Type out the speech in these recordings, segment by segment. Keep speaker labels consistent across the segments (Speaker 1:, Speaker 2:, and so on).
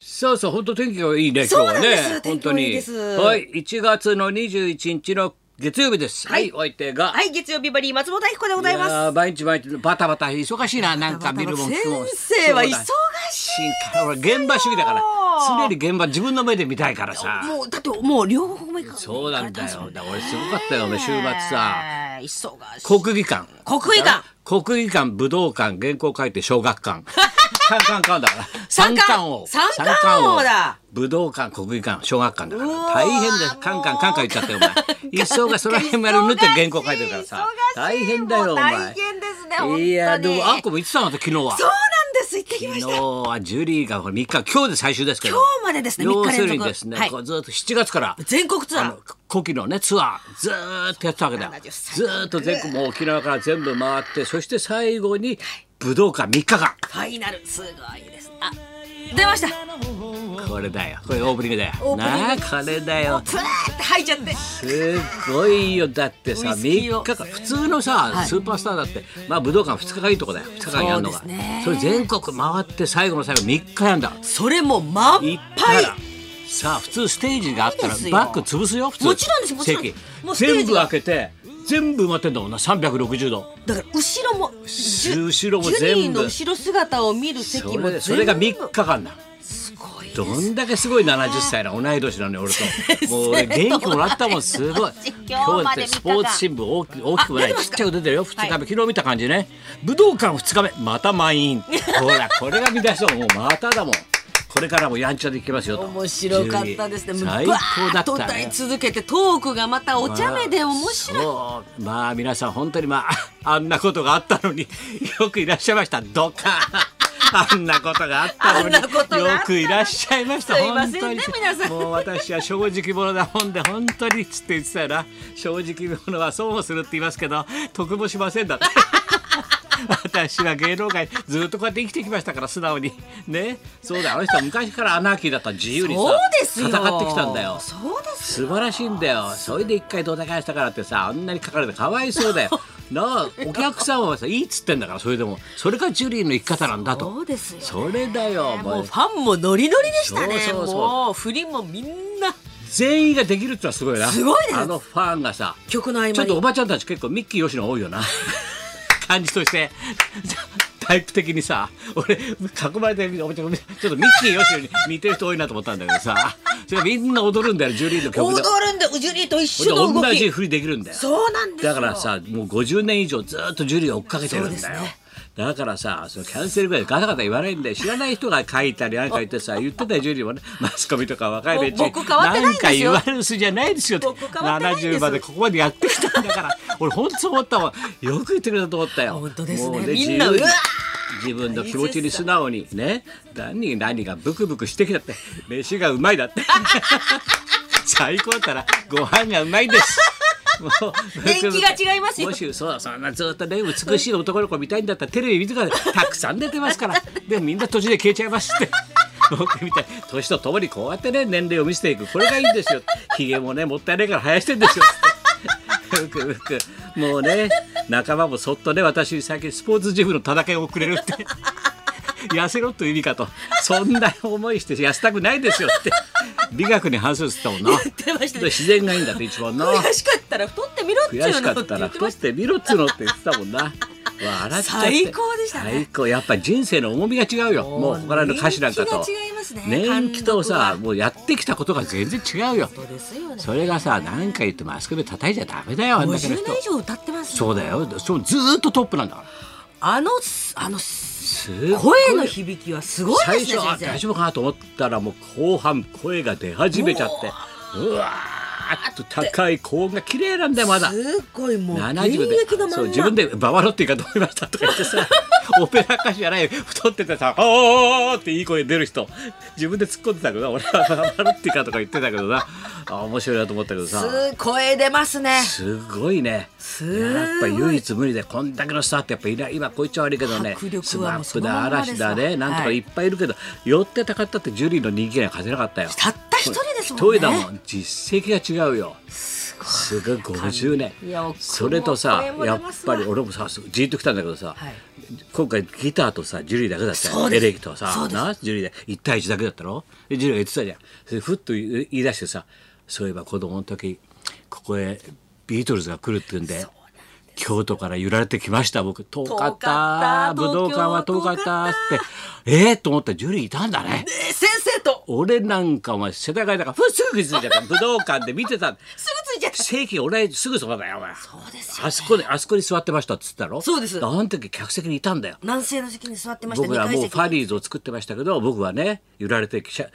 Speaker 1: そうそう、本当天気がいいね、
Speaker 2: そう
Speaker 1: 今日は
Speaker 2: なんです
Speaker 1: ね。本
Speaker 2: 天気
Speaker 1: 当
Speaker 2: もいい
Speaker 1: に
Speaker 2: です。
Speaker 1: はい、1月の21日の月曜日です。はい、お相手が。
Speaker 2: はい、月曜日バリー松本明子でござい
Speaker 1: いや
Speaker 2: ま
Speaker 1: ー毎日毎日バタバタ忙しいな、なんか見るもん
Speaker 2: バタ
Speaker 1: 聞
Speaker 2: バタ
Speaker 1: くもん
Speaker 2: 先生は
Speaker 1: そうだ
Speaker 2: 忙しい
Speaker 1: から俺現場主義だから常
Speaker 2: よ
Speaker 1: に現場自分の目で見たいからさ
Speaker 2: す。もうだってもう両方目か。
Speaker 1: そうなんだよだから俺すごかったよ俺週末さ
Speaker 2: さ。忙しい。
Speaker 1: 国技館
Speaker 2: 国技館。
Speaker 1: 国技館武道館原稿書いて小学 館三冠館だから
Speaker 2: 三冠
Speaker 1: 王
Speaker 2: 三冠王だ
Speaker 1: 武道館国技館小学館だから
Speaker 2: うわー
Speaker 1: 大変だよカンカンカンカン言っちゃったよお前一生がその辺まで縫って原稿書いてるからさ
Speaker 2: 忙し
Speaker 1: 大
Speaker 2: い
Speaker 1: 変だよお前
Speaker 2: 大変ですね本当に
Speaker 1: いやでもあんこも言ってたのだ昨日は
Speaker 2: そうなんです。行ってきま
Speaker 1: 昨
Speaker 2: し
Speaker 1: 日
Speaker 2: た。今
Speaker 1: はジュリーがほら3日今日で最終ですけど
Speaker 2: 日までですね。
Speaker 1: 要
Speaker 2: 三
Speaker 1: す
Speaker 2: 日
Speaker 1: る
Speaker 2: 連
Speaker 1: に
Speaker 2: 続。
Speaker 1: ですね、
Speaker 2: はい
Speaker 1: こ。うずっと7月から
Speaker 2: 全国ツア
Speaker 1: あ
Speaker 2: ー
Speaker 1: の。古希のねツアーずーっとやってたわけだよ
Speaker 2: 70歳
Speaker 1: ずーっと全国もう沖縄から全部回ってそして最後に武道館3日間
Speaker 2: ファイナルすごいです。あ、出ました。
Speaker 1: これだよこれオープニングだよ
Speaker 2: オープニング
Speaker 1: なあこれだよ
Speaker 2: つわーって吐いちゃって。
Speaker 1: すごいよだってさ
Speaker 2: ウイスキ
Speaker 1: 3日
Speaker 2: ー
Speaker 1: 間
Speaker 2: を
Speaker 1: 普通のさ、
Speaker 2: はい
Speaker 1: スーパースターだってまあ武道館2日がいいとこだよ2日間やるのが
Speaker 2: そうですね
Speaker 1: れ全国回って最後の最後3日やんだ
Speaker 2: それも満
Speaker 1: いっぱ
Speaker 2: 杯
Speaker 1: い。さあ普通ステージがあったら
Speaker 2: いいですよ
Speaker 1: バッグ潰すよ普通
Speaker 2: もちろんですもちろん
Speaker 1: 席
Speaker 2: もうステージが
Speaker 1: 全部開けて全部埋まってんだもんな360度
Speaker 2: だから後ろもジュ
Speaker 1: 後ろも
Speaker 2: ジュニー
Speaker 1: 全
Speaker 2: の
Speaker 1: 部
Speaker 2: 後ろ姿を見る席
Speaker 1: そ
Speaker 2: も
Speaker 1: れ
Speaker 2: 全部
Speaker 1: それが3日間だ
Speaker 2: すごい
Speaker 1: どんだけすごい70歳な同い年なのよ俺 ともう俺元気もらったもんすごい
Speaker 2: 今日
Speaker 1: だ
Speaker 2: ま
Speaker 1: っ
Speaker 2: で
Speaker 1: て
Speaker 2: 見たか
Speaker 1: スポーツ新聞大き大きくもな
Speaker 2: あ出
Speaker 1: い
Speaker 2: てま
Speaker 1: ち
Speaker 2: す
Speaker 1: っ
Speaker 2: か
Speaker 1: ちゃく出てるよ2日目、
Speaker 2: はい
Speaker 1: 昨日見た感じね武道館2日目また満 員ほらこれが見出しだもんもうまただもんこれからもやんちゃでいきますよと
Speaker 2: 面白かったですねもう
Speaker 1: 最高だ
Speaker 2: バー
Speaker 1: っ
Speaker 2: ッと
Speaker 1: た
Speaker 2: 歌い
Speaker 1: ね
Speaker 2: 続けてトークがまたお茶目で面白い
Speaker 1: そうまあ皆さん本当にまあ あんなことがあったのに よくいらっしゃいましたどか あんなことがあったのに
Speaker 2: あんなことがあったのに
Speaker 1: よくいらっしゃいました
Speaker 2: すいませんね
Speaker 1: 本当に
Speaker 2: 皆さん
Speaker 1: もう私は正直者だもんで本当にっつって言ってたよな正直者は損をするって言いますけど得もしませんだって 私は芸能界ずっとこうやって生きてきましたから素直にねそうだよあの人は昔からアナーキーだった自由にさ
Speaker 2: そうですよ
Speaker 1: 戦ってきたんだよ
Speaker 2: そうです
Speaker 1: 素晴らしいんだよそれで一回ドタキャンしたからってさあんなに書かれてかわいそう だよなあお客さんはさいいっつってんだからそれでもそれがジュリーの生き方なんだ
Speaker 2: そ
Speaker 1: と
Speaker 2: うですよ
Speaker 1: それだよ
Speaker 2: も
Speaker 1: もう
Speaker 2: うファンもノリノリでしたね
Speaker 1: そうそうそう
Speaker 2: もう振りもみんな
Speaker 1: 全員ができるってのはすごいな
Speaker 2: すごいね
Speaker 1: あのファンがさ
Speaker 2: 曲の合間に
Speaker 1: ちょっとおばちゃんたち結構ミッキー吉野多いよ な感じとしてタイプ的にさ俺囲まれてるおばちゃんちょっとミッキー吉野に似てる人多いなと思ったんだけどさそれみんな踊るんだよジュリーの曲
Speaker 2: 踊
Speaker 1: で
Speaker 2: るんでジュリーと一緒の動
Speaker 1: 同じ
Speaker 2: き
Speaker 1: 振りできるんだよ
Speaker 2: そうなんですよ
Speaker 1: だからさもう50年以上ずっとジュリーを追っかけてるん
Speaker 2: そう
Speaker 1: だ
Speaker 2: で
Speaker 1: よ、
Speaker 2: すね
Speaker 1: だからさそのキャンセルぐらいガタガタ言わないんだよ知らない人が書いたり何か言ってさ言ってたよジュリーもねマスコミとか若い連中に
Speaker 2: 僕変わってないんです
Speaker 1: か言
Speaker 2: よ
Speaker 1: われる筋じゃないですよって
Speaker 2: 僕変わってないんです
Speaker 1: 70までここまでやってきたんだから俺本当そう思ったもんよく言ってくれたと思ったよ
Speaker 2: 本当ですね
Speaker 1: もう
Speaker 2: みんな
Speaker 1: 自由に
Speaker 2: うわ
Speaker 1: 自分の気持ちに素直にね何何がブクブクしてきたって飯がうまいだ って最高だったらご飯がうまいんですもう
Speaker 2: 年季が違いますよ
Speaker 1: もしそうそんなずっとね美しい男の子見たいんだったらテレビ見てからたくさん出てますからでもみんな途中で消えちゃいますって。僕みたいに年とともにこうやってね年齢を見せていくこれがいいんですよひげもねもったいないから生やしてんですよってふくふくもうね仲間もそっとね私に最近スポーツジムの戦いをくれるって痩せろという意味かとそんな思いして痩せたくないですよって美学に反するっつったもんな
Speaker 2: 言ってましたね
Speaker 1: 自然がいいんだって一番な
Speaker 2: 悔しかったら太ってみろっちゅうの
Speaker 1: 悔しかったら
Speaker 2: って
Speaker 1: 太
Speaker 2: 言ってま
Speaker 1: っ
Speaker 2: して
Speaker 1: みろっつうのって言ってたもん な。笑っちゃって
Speaker 2: 最高でしたね
Speaker 1: 最高やっぱり人生の重みが違うよもう他の歌詞なんかと
Speaker 2: 年季が違いますね
Speaker 1: 年季と
Speaker 2: 貫
Speaker 1: さ
Speaker 2: 禄
Speaker 1: もうやってきたことが全然違うよ
Speaker 2: たそうですよね
Speaker 1: それがさ何か言ってマスコミ叩いちゃダメだよあんだけの
Speaker 2: 50
Speaker 1: 人
Speaker 2: 年以上歌ってますね
Speaker 1: そうだよそうずーっとトップなんだから
Speaker 2: あのあの
Speaker 1: すっごい
Speaker 2: 声の響きはすごいで
Speaker 1: 最
Speaker 2: す
Speaker 1: 初
Speaker 2: ね
Speaker 1: は
Speaker 2: 先
Speaker 1: 大
Speaker 2: 生
Speaker 1: 丈夫かなと思ったらもう後半声が出始めちゃってうわーっと高い高音が綺麗なんだよまだ
Speaker 2: すごいもう現
Speaker 1: 70で
Speaker 2: 役のま
Speaker 1: そうん自分
Speaker 2: ま
Speaker 1: でババロッティかと思いましたとか言ってさ オペラ歌手じゃない太っててさ「おー!」っていい声出る人自分で突っ込んでたけどな俺はババロッティかとか言ってたけどなあ面白いなと思ったけどさ
Speaker 2: す声出ますね
Speaker 1: すごいね
Speaker 2: すごい
Speaker 1: やっぱ唯一無二でこんだけのスターってやっぱいない今こいつは悪いけどね
Speaker 2: 迫力は
Speaker 1: スマ
Speaker 2: も
Speaker 1: ッ
Speaker 2: う
Speaker 1: プ
Speaker 2: その
Speaker 1: だ
Speaker 2: まんまです
Speaker 1: 嵐だねなんとか
Speaker 2: はい
Speaker 1: いっぱいいるけど、寄ってたかったってジュリーの人気には勝てなかったよ
Speaker 2: たった一人ですも
Speaker 1: 一
Speaker 2: んね
Speaker 1: 人だもん実績が違うよすごい50年
Speaker 2: いや僕も
Speaker 1: それとさ
Speaker 2: 声も
Speaker 1: や
Speaker 2: 出
Speaker 1: っ
Speaker 2: ます
Speaker 1: ぱ
Speaker 2: わ
Speaker 1: り俺もさじーっときたんだけどさ、
Speaker 2: はい
Speaker 1: 今回ギターとさジュリーだけだった
Speaker 2: そ
Speaker 1: よ
Speaker 2: うで
Speaker 1: エ
Speaker 2: す
Speaker 1: レキと
Speaker 2: そ
Speaker 1: さ
Speaker 2: うです
Speaker 1: なジュリーで1対1だけだったろでジュリーが言ってたじゃんそれふっと言い出してさそういえば子供の時ここへビートルズが来るって言うんで京都から揺られてきました僕遠か
Speaker 2: 遠
Speaker 1: っ
Speaker 2: か
Speaker 1: た
Speaker 2: った
Speaker 1: 武道館は遠かったってええと思ったらジュリーいたんだね
Speaker 2: えー先生と
Speaker 1: 俺なんかお前世田谷だからふっすぐ気づいちゃった武道館で見てた
Speaker 2: すぐついちゃった。
Speaker 1: 正規俺すぐそばだよお前
Speaker 2: そうですよ
Speaker 1: あそこであそこに座ってましたっつったろ
Speaker 2: そうです
Speaker 1: あの時客席にいたんだよ
Speaker 2: 南西の席に座ってました。
Speaker 1: 僕ら
Speaker 2: 二階
Speaker 1: もう
Speaker 2: 席
Speaker 1: ファリーズを作ってましたけど僕はね揺られてきしゃ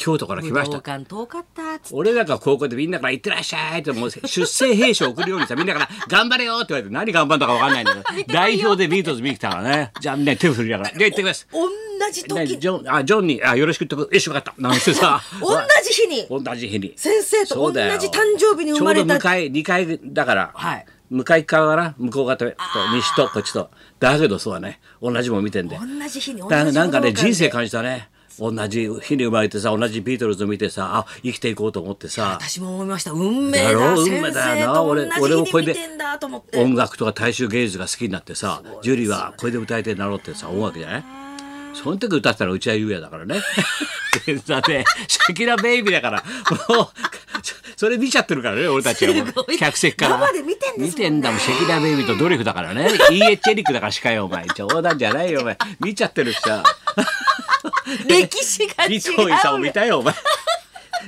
Speaker 1: 京都から来まし
Speaker 2: 武道
Speaker 1: た
Speaker 2: 館遠かったっつって。
Speaker 1: 俺らが高校でみんなから「行ってらっしゃい」ってもう出征兵士を送るようにさみんなから「頑張れよ」って言われて何頑張ったか分かんないんだけど代表でビートルズ見に来たからねじゃあみんなに手を振りながら「じゃあ行ってきます」
Speaker 2: 同じ
Speaker 1: ねジ
Speaker 2: 時、
Speaker 1: ョンあジョンにあよろしく言ってくよし分かったなんてさ
Speaker 2: 同じ日に
Speaker 1: 同じ日に
Speaker 2: 先生と
Speaker 1: そうだよ
Speaker 2: 同じ誕生日に生まれ
Speaker 1: ちょうど向
Speaker 2: た。
Speaker 1: かい2階だから、
Speaker 2: はい
Speaker 1: 向かい側かな向こう側と西とこっちとだけどそうはね同じもん見てんで
Speaker 2: 同じ日に同じ
Speaker 1: ななんかね
Speaker 2: 武道館で
Speaker 1: 人生感じたね同じ日に生まれてさ同じビートルズを見てさあ生きていこうと思ってさ
Speaker 2: 私も思いました。運命
Speaker 1: だろ
Speaker 2: だ。
Speaker 1: 運
Speaker 2: 先
Speaker 1: 命だ
Speaker 2: 生
Speaker 1: よな
Speaker 2: と
Speaker 1: 俺
Speaker 2: 同
Speaker 1: 俺も
Speaker 2: じ
Speaker 1: こ
Speaker 2: 日
Speaker 1: れ
Speaker 2: に見
Speaker 1: で
Speaker 2: てんだと思って。
Speaker 1: 音楽とか大衆芸術が好きになってさ、ジュリーはこれで歌い手になろうってさ思うわけじゃないその時歌ってたら内田裕也だからねだってシャキラベイビーだからもうそれ見ちゃってるからね俺たちはもう
Speaker 2: すごい
Speaker 1: 客席から
Speaker 2: 生で見てんですもんね
Speaker 1: 見てんだもんシャキラベイビーとドリフだからね E.H. エリックだからしかよお前冗談じゃないよお前見ちゃってるしさ
Speaker 2: 歴史が違
Speaker 1: リトイさんを
Speaker 2: う。
Speaker 1: 見たよお前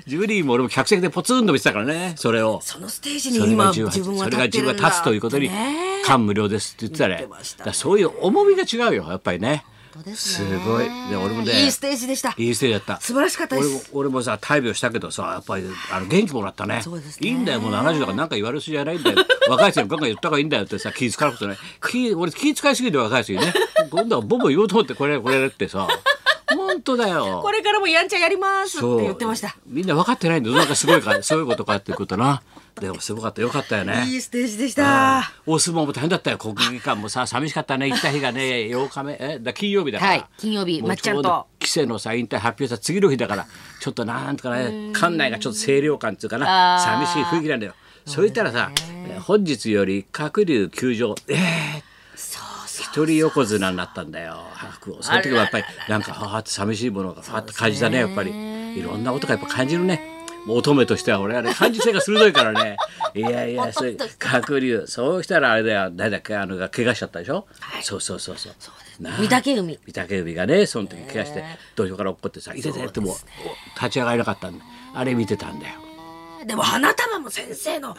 Speaker 1: ジュリーも俺も客席でポツンと見てたからねそれを
Speaker 2: そのステージ
Speaker 1: そ
Speaker 2: に
Speaker 1: れ
Speaker 2: 今
Speaker 1: が18
Speaker 2: 自分
Speaker 1: そ
Speaker 2: は
Speaker 1: れ
Speaker 2: 立
Speaker 1: が
Speaker 2: って
Speaker 1: 自
Speaker 2: る
Speaker 1: 分
Speaker 2: ん
Speaker 1: が
Speaker 2: だ。
Speaker 1: 立つということに
Speaker 2: ねえ
Speaker 1: 感無量ですって言ってたね
Speaker 2: 言ってましたね
Speaker 1: だからそういう重みが違うよやっぱりね
Speaker 2: 本当です
Speaker 1: す
Speaker 2: ね
Speaker 1: ごいで俺もね
Speaker 2: いいステージでした。
Speaker 1: いいステージだった
Speaker 2: 素晴らしかったで
Speaker 1: 俺
Speaker 2: す
Speaker 1: も俺もさ大病したけどさやっぱりあの元気もらったね
Speaker 2: そうです
Speaker 1: い
Speaker 2: ね
Speaker 1: いんだよもう70だからなんか言われる人じゃないんだよ若い人にガンガン言った方がいいんだよってさ気遣うことない気俺気遣いすぎて若い人にね今度はボボ言おうと思ってこれこれってさ本当だよ
Speaker 2: これからもやんちゃやりますって言ってました。
Speaker 1: みんな分かってないんだよなんかすごいか そういうことかっていうことなでもすごかったよかったよね
Speaker 2: いいステージでした。
Speaker 1: お相撲も大変だったよ国技館もさ寂しかったね行った日がね 8日目えだ金曜日だから、
Speaker 2: はい金曜日
Speaker 1: もう
Speaker 2: まっちゃん
Speaker 1: ちょ
Speaker 2: と
Speaker 1: うど棋聖のさ引退発表した次の日だからちょっとなんとかね館内がちょっと清涼感っていうかな
Speaker 2: あー
Speaker 1: 寂しい雰囲気なんだよそう言ったらさ、えー本日より鶴竜休場えー
Speaker 2: そうそう。
Speaker 1: 一人横綱になったんだよ白鵬その時はやっぱりなんか母って寂しいものがファッと感じたねやっぱりいろんなことがやっぱ感じるねもう乙女としては俺はね感じ性が鋭いから ねいやいやそれ鶴竜そうしたらあれだよ誰だっけあのが怪我しちゃったでしょ、そうそうそうそうなあ
Speaker 2: 御嶽海。
Speaker 1: 御嶽海がねその時怪我して土俵から落っこってさ「いてて」ってもう立ち上がれなかったんだあれ見てたんだよ
Speaker 2: でも花束も先生の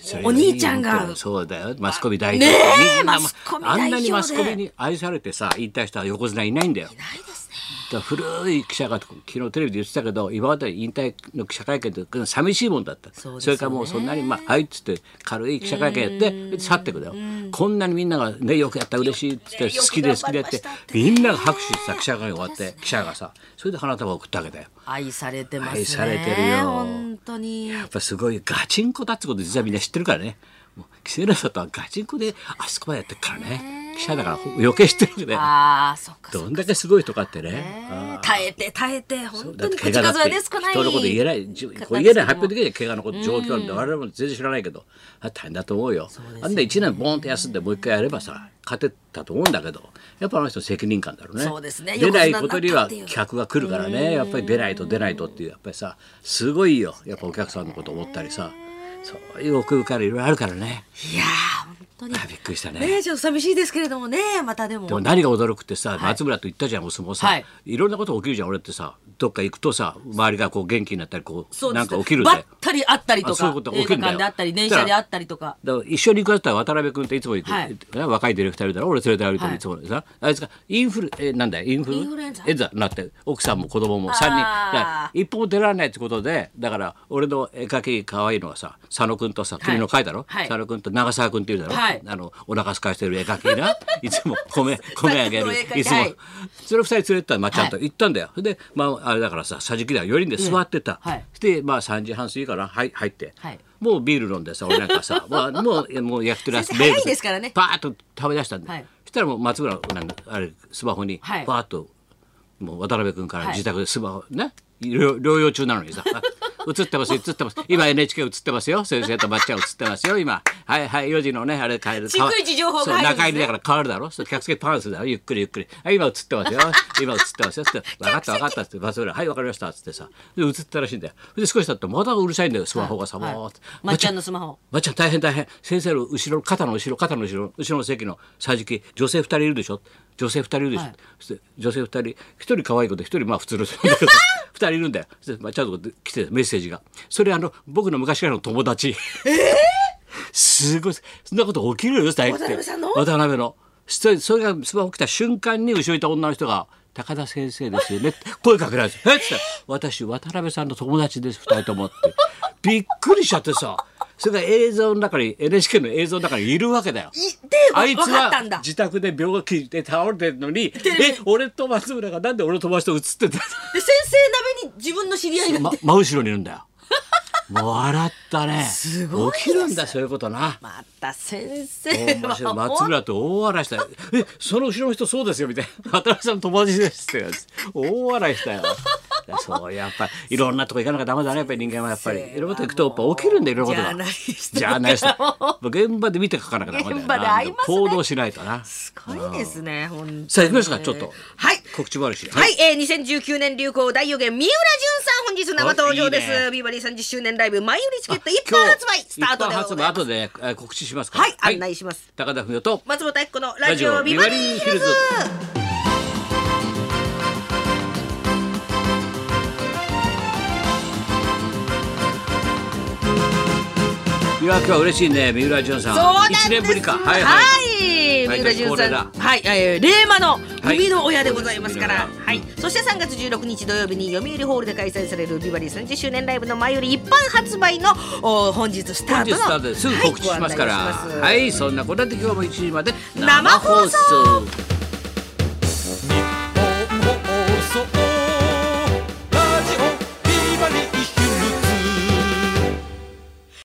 Speaker 1: それ
Speaker 2: お兄ちゃんが
Speaker 1: そうだよマスコミ代表
Speaker 2: ねえ
Speaker 1: みんな
Speaker 2: マスコミ代
Speaker 1: あ
Speaker 2: 表で
Speaker 1: んなにマスコミに愛されてさ引退した横綱いないんだよ
Speaker 2: ないですね。
Speaker 1: だから古い記者が昨日テレビで言ってたけど今まで引退の記者会見って寂しいもんだった
Speaker 2: そ
Speaker 1: そう
Speaker 2: ですよね
Speaker 1: れからもうそんなに「まあ、はい」っつって軽い記者会見やって去ってくだよこんなにみんなが、ね「よくやった嬉しい」っつって「
Speaker 2: ねよく
Speaker 1: 好きで好きで」って
Speaker 2: 頑張りましたって
Speaker 1: みんなが拍手してさ記者会見終わって記者がさそれで花束を送ったわけだよ。
Speaker 2: 愛されてますね。
Speaker 1: 愛されてるよ
Speaker 2: 本当に。
Speaker 1: やっぱすごいガチンコだってこと実はみんな知ってるからね。もう規制の里はガチンコであそこまでやってるからね。記者だからほ余計知ってるけどね。
Speaker 2: ああ、そっか。
Speaker 1: どんだけすごい人かってね。あ
Speaker 2: 耐えて耐えて本当に
Speaker 1: 怪
Speaker 2: 口
Speaker 1: 我だっ
Speaker 2: 数
Speaker 1: て
Speaker 2: えで少ない。
Speaker 1: 人のこと言えない、じゅこう言えない発表できない怪我のこと状況なんて我々も全然知らないけど、あ大変だと思うよ。あんな一年ボーンと休んでもう一回やればさ、勝てたと思うんだけど、やっぱあの人責任感だろうね。
Speaker 2: そうですね
Speaker 1: 出ないことには
Speaker 2: 横綱になったっていう
Speaker 1: 客が来るからね、やっぱり出ないと出ないとっていうやっぱりさ、すごいよ。やっぱお客さんのこと思ったりさ、そういう奥深いろいろあるからね。
Speaker 2: いやー本当に。
Speaker 1: あびっくりしたね。
Speaker 2: ねえちょっと寂しいですけれどもねまたでも
Speaker 1: でも何が驚くってさ、松村と言ったじゃんお相撲さ、
Speaker 2: はいい、
Speaker 1: ろんなこと起きるじゃん俺ってさどっか行くとさ周りがこう元気になったりこう
Speaker 2: そうです
Speaker 1: なんか起きるん
Speaker 2: ば
Speaker 1: だよ
Speaker 2: ったりあったりと
Speaker 1: あそうい
Speaker 2: か
Speaker 1: うこと起
Speaker 2: 映
Speaker 1: きる
Speaker 2: 画
Speaker 1: んだよ
Speaker 2: 館であったり電車であったりとか
Speaker 1: だから一緒に行くやつは渡辺君っていつも行く、
Speaker 2: はい
Speaker 1: 若いディレクターいるだろ俺連れて歩いてるいつもさ、あいつがインフルえなんだよインフル
Speaker 2: インフルエンザ
Speaker 1: になって奥さんも子供も3人だ
Speaker 2: あー
Speaker 1: から一歩も出られないってことでだから俺の絵描き可愛いのはさ佐野君とさ君の会だろ、
Speaker 2: はい
Speaker 1: 佐野君と長澤君っていうだろ、
Speaker 2: はい
Speaker 1: あのお腹すかしてる絵描き ないつも米米あげる
Speaker 2: さっきの絵描き
Speaker 1: いつも、
Speaker 2: はい
Speaker 1: それ二人連れてったのまっちゃんと
Speaker 2: は
Speaker 1: 行ったんだよ、でまああれだからさ桟敷では4人で座ってた、
Speaker 2: うんはい
Speaker 1: でまあ3時半過ぎから入入って、
Speaker 2: はい
Speaker 1: もうビール飲んでさ俺なんか さまあもうもう焼き鳥屋
Speaker 2: 先生早いですからね
Speaker 1: パーッと食べ出したんで、
Speaker 2: はい
Speaker 1: そしたらもう松村なんかあれスマホにパ
Speaker 2: は
Speaker 1: ー
Speaker 2: い
Speaker 1: ッと、もう渡辺君から
Speaker 2: はい
Speaker 1: 自宅でスマホ、ね療療養中なのにさあ映ってます映ってます今 NHK 映ってますよ先生とまっちゃん映ってますよ今はいはい4時のねあれ変える
Speaker 2: 逐一情報が入るんですね
Speaker 1: そう中入りだから変わるだろそう客席パンスだろゆっくりゆっくりはい今映って ますよ今映ってますよって分かった分かったってバスルはい分かりましたっつってさで映ってたらしいんだよで少し経ってまだうるさいんだよスマホがさ、
Speaker 2: はい
Speaker 1: もう
Speaker 2: まっちゃんのスマホ
Speaker 1: まっちゃん大変大変先生の後ろ肩の後ろ肩の後ろ後ろの席の桟敷女性2人いるでしょ女性2人いるでしょ、
Speaker 2: はい
Speaker 1: そして女性2人1人可愛い子で1人まあ普通 の人だけど2人いるんだよそしてまっちゃんのとこで来てメッセージがそれあの僕の昔からの友達すごいそんなこと起きるよ大
Speaker 2: 渡辺さんの
Speaker 1: 渡辺のそれそれがスマホ来た瞬間に後ろにいた女の人が「高田先生ですよね」って声かけられて「えっ?」つって「私渡辺さんの友達です二人とも」ってびっくりしちゃってさそれが映像の中に NHK の映像の中にいるわけだよ。
Speaker 2: いで
Speaker 1: あいつ
Speaker 2: わかった
Speaker 1: は
Speaker 2: んだ
Speaker 1: 自宅で病気で倒れてるのに「え俺と松村がなんで俺の友達と写 ってたの?」
Speaker 2: で先生鍋に自分の知り合いがいて、
Speaker 1: ま、真後ろにいるんだよ。もう笑ったね。
Speaker 2: すごいです
Speaker 1: 起きるんだ、そういうことな。
Speaker 2: また先
Speaker 1: お
Speaker 2: 生
Speaker 1: 前
Speaker 2: は
Speaker 1: 松村と大笑いしたよ。え、その後ろの人そうですよみたいな。 渡辺さんの友達ですってやつ。大笑いしたよ。そうやっぱりいろんなとこ行かなきゃダメだねやっぱり人間はやっぱりいろんなとこ行くとやっぱ起きるんだよいろんなことが
Speaker 2: ジャーナリスト
Speaker 1: じゃあない現場で見て書かなきゃダメだよな
Speaker 2: 現場で会いますね
Speaker 1: 行動しないとな
Speaker 2: すごいですね、本当に
Speaker 1: さあ行きますかちょっと
Speaker 2: はい。
Speaker 1: 告知話
Speaker 2: はい、えー、2019年流行大予言、三浦淳さん、本日生登場です。
Speaker 1: あいいね
Speaker 2: ビバリー30周年ライブ、前売りチケット一
Speaker 1: 今
Speaker 2: 般
Speaker 1: 日
Speaker 2: 発売、スタートでござい
Speaker 1: 一般発売
Speaker 2: ます。
Speaker 1: 後でえー告知しますから
Speaker 2: はい、案内します。
Speaker 1: 高田文夫と
Speaker 2: 松本明子のラジオビバリーヒルズ。
Speaker 1: いや今日は嬉しいね三浦淳さん
Speaker 2: そうなんです。
Speaker 1: 一年ぶりかはい
Speaker 2: は
Speaker 1: はい
Speaker 2: い三浦淳
Speaker 1: 恒例
Speaker 2: さ
Speaker 1: だ
Speaker 2: ん、はい、えー、令和の
Speaker 1: い
Speaker 2: 海の親でございますから、
Speaker 1: 海の
Speaker 2: はい、そして3月16日土曜日に読売ホールで開催されるビバリー30周年ライブの前より一般発売のお本日ス
Speaker 1: 本
Speaker 2: タ
Speaker 1: 日
Speaker 2: ートの
Speaker 1: スタートですぐ告知しますから
Speaker 2: はいご案内をします
Speaker 1: はいそんなこんなで今日も1時まで
Speaker 2: 生放送